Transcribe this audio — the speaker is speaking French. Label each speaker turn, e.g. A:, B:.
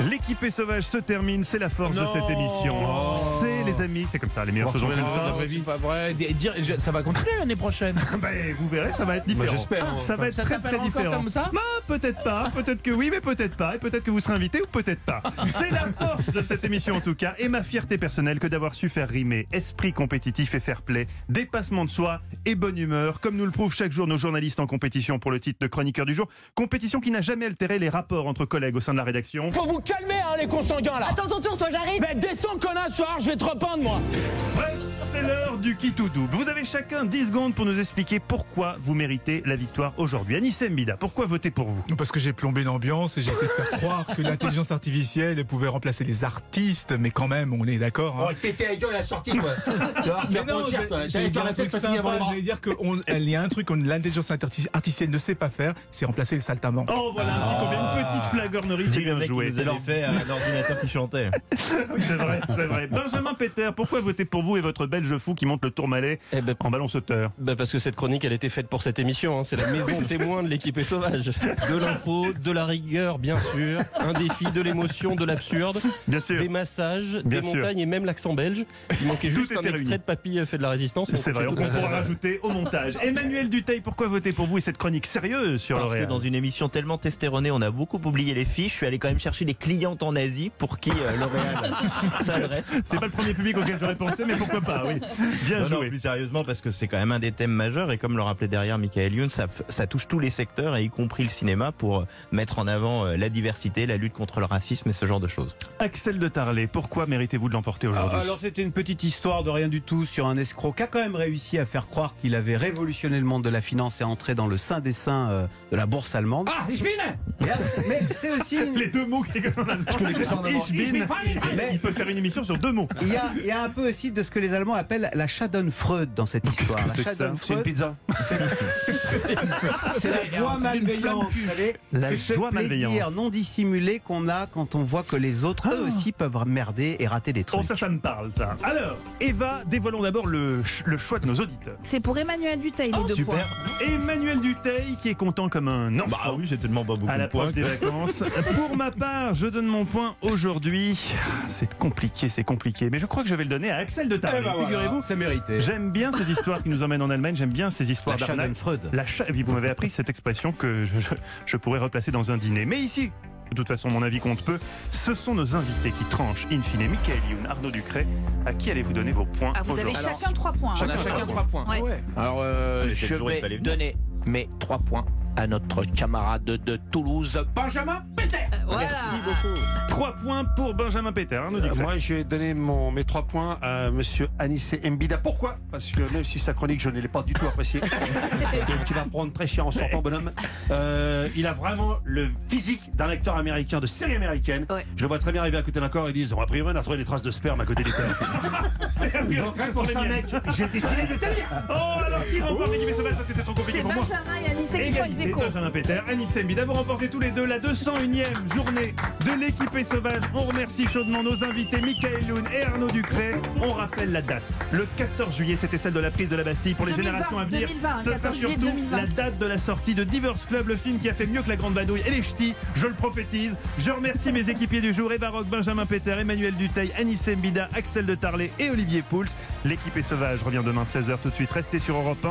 A: L'équipée sauvage se termine, c'est la force de
B: Non.
A: cette émission.
B: Oh.
A: C'est les amis, c'est comme ça, les meilleures choses ont
B: retrouver
A: une
B: la
A: fin.
B: vraie vie. Pas vrai. Des- dire- je- ça va continuer l'année prochaine.
A: Ben, vous verrez, ça va être différent.
C: Bah,
B: hein.
C: j'espère.
A: Ça va être
B: Ça
A: très
B: s'appelle
A: très
B: encore
A: différent.
B: comme ça
A: Bah, peut-être pas, peut-être que oui, mais peut-être pas. Et peut-être que vous serez invité ou peut-être pas. C'est la force de cette émission en tout cas. Et ma fierté personnelle que d'avoir su faire rimer esprit compétitif et fair play, dépassement de soi et bonne humeur, comme nous le prouvent chaque jour nos journalistes en compétition pour le titre de chroniqueur du jour. Compétition qui n'a jamais altéré les rapports entre collègues au sein de la rédaction.
B: Faut vous calmer, hein, les consanguins là.
D: Attends ton tour, toi j'arrive.
B: Mais descends, connasse, soir, je vais te repeindre, moi.
A: Bref, c'est l'heure du qui tout double. Vous avez chacun 10 secondes pour nous expliquer pourquoi vous méritez la victoire aujourd'hui. Anis Mbida, pourquoi voter pour vous
C: Parce que j'ai plombé l'ambiance et j'essaie de faire croire que l'intelligence artificielle pouvait remplacer les artistes, mais quand même, on est d'accord. hein.
B: Oh, péter la gueule à la sortie, quoi.
C: Mais non, j'ai- j'allais dire un truc sympa, j'allais dire qu'il y a un truc que l'intelligence arti- artificielle ne sait pas faire, c'est remplacer les saltimbanques.
A: Oh voilà, un petit combien, une petite flagornerie, c'est bien joué.
E: vous avez fait à l'ordinateur qui chantait.
A: Oui, c'est vrai, c'est vrai. Benjamin Peter, pourquoi voter pour vous et votre belge fou qui monte le tourmalet
F: Eh ben,
A: en ballon sauteur
F: bah parce que cette chronique, elle était faite pour cette émission. hein. C'est la maison témoin de l'équipe est sauvage. De l'info, de la rigueur, bien sûr. Un défi, de l'émotion, de l'absurde.
A: Bien
F: Des
A: sûr.
F: massages,
A: Bien
F: des
A: sûr.
F: montagnes et même l'accent belge. Il manquait
A: Tout
F: juste un
A: était
F: extrait
A: réuni.
F: de Papy euh, fait de la résistance.
A: C'est vrai, on
F: Donc,
A: pourra
F: euh,
A: rajouter au montage. Emmanuel Duteil, pourquoi voter pour vous et cette chronique sérieuse sur
E: Parce que
A: l'Oréal
E: dans une émission tellement testéronée, on a beaucoup oublié les fiches. Je suis allé quand même chercher les clientes en Asie pour qui euh, L'Oréal s'adresse.
A: C'est pas le premier public auquel j'aurais pensé, mais pourquoi pas, oui. Bien
E: Non, non,
A: joué.
E: plus sérieusement, parce que c'est quand même un des thèmes majeurs. Et comme le rappelait derrière Michael Youn, ça, f- ça touche tous les secteurs, et y compris le cinéma, pour euh, mettre en avant euh, la diversité, la lutte contre le racisme et ce genre de choses.
A: Axel de Tarlet, pourquoi méritez-vous de l'emporter
G: Ah,
A: aujourd'hui
G: Alors c'était une petite histoire de rien du tout sur un escroc qui a quand même réussi à faire croire qu'il avait révolutionné le monde de la finance et entré dans le saint des saints euh, de la bourse allemande. euh,
B: Ah, ich bin
G: Mais c'est aussi une-
A: Les deux mots qui Je connais
B: plus en avant.
A: Ich bin- Ah,
B: Ich bin fein.
A: Il peut faire une émission sur deux mots.
G: il y, a, il y a un peu aussi de ce que les Allemands appellent la Schadenfreude dans cette histoire. La Schadenfreude,
A: pizza.
G: c'est la
E: Ah,
G: joie malveillante. vous savez.
A: La
G: C'est ce
A: joie
G: plaisir
A: malveillante.
G: non dissimulé qu'on a quand on voit que les autres,
E: Ah.
G: eux aussi, peuvent merder et rater des
A: Oh,
G: trucs.
A: ça, ça me parle, ça. Alors, Eva, dévoilons d'abord le, ch- le choix de nos auditeurs.
D: C'est pour Emmanuel Duteil,
A: Ah,
D: les deux points.
A: Emmanuel Duteil, qui est content comme un enfant.
E: Bah oui, j'ai tellement pas beaucoup
A: à
E: de points.
A: l'approche des vacances. Pour ma part, je donne mon point aujourd'hui. C'est compliqué, c'est compliqué. Mais je crois que je vais le donner à Axel de Tarn. Figurez-vous,
G: c'est mérité.
A: j'aime bien ces histoires qui nous emmènent en Allemagne. J'aime bien ces histoires
G: La
A: d'arnaque.
G: Schadenfreude.
A: La cha- et puis Vous m'avez appris cette expression que je, je- je pourrais replacer dans un dîner. Mais ici, de toute façon, mon avis compte peu. Ce sont nos invités qui tranchent. In fine, Michael Youn, Arnaud Ducret. À qui allez-vous donner vos points
H: Ah, vous avez
A: aujourd'hui
H: chacun trois points.
B: On a chacun trois points.
H: Ouais.
I: Alors, euh,
E: Ah, Mais c'est
I: je
E: le jour où il
I: vais
E: fallait venir.
I: donner mes trois points à notre camarade de Toulouse, Benjamin Péter.
H: Voilà.
A: Trois points pour Benjamin Peter. Arnaud
J: Euh,
A: Ducret.
J: Moi, je vais donner mon, mes trois points à Monsieur Anissé Mbida. Pourquoi Parce que même si sa chronique, je ne l'ai pas du tout appréciée. Donc, tu vas prendre très cher en sortant, bonhomme. Euh, il a vraiment le physique d'un acteur américain, de série américaine.
H: Ouais.
J: Je le vois très bien arriver à côté d'un corps et disent on a priori, on a trouvé des traces de sperme à côté des corps. Donc,
A: pour ça, mec,
J: j'ai décidé de te dire.
A: Oh, alors qui remporte l'équipe sauvage parce que c'est trop compliqué
H: C'est
A: pour moi
H: Benjamin et Anissé qui sont ex
A: Égalité,
H: aequo.
A: Benjamin Peter, Anis Mbida, vous remportez tous les deux la 201e journée de l'équipée sauvage. On remercie chaudement nos invités Michael Loun et Arnaud Ducret. On rappelle la date. Le 14 juillet, c'était celle de la prise de la Bastille pour les
H: 2020,
A: générations à venir.
H: 2020,
A: Ce sera
H: 14 juillet
A: surtout
H: 2020.
A: la date de la sortie de Diverse Club, le film qui a fait mieux que La Grande Vadouille et les Ch'tis. Je le prophétise. Je remercie mes équipiers du jour, Eva Rock, Benjamin Peter, Emmanuel Duteil, Anis Mbida, Axel de Tarlet et Olivier Pouls. L'équipée sauvage revient demain 16h tout de suite. Restez sur Europe 1.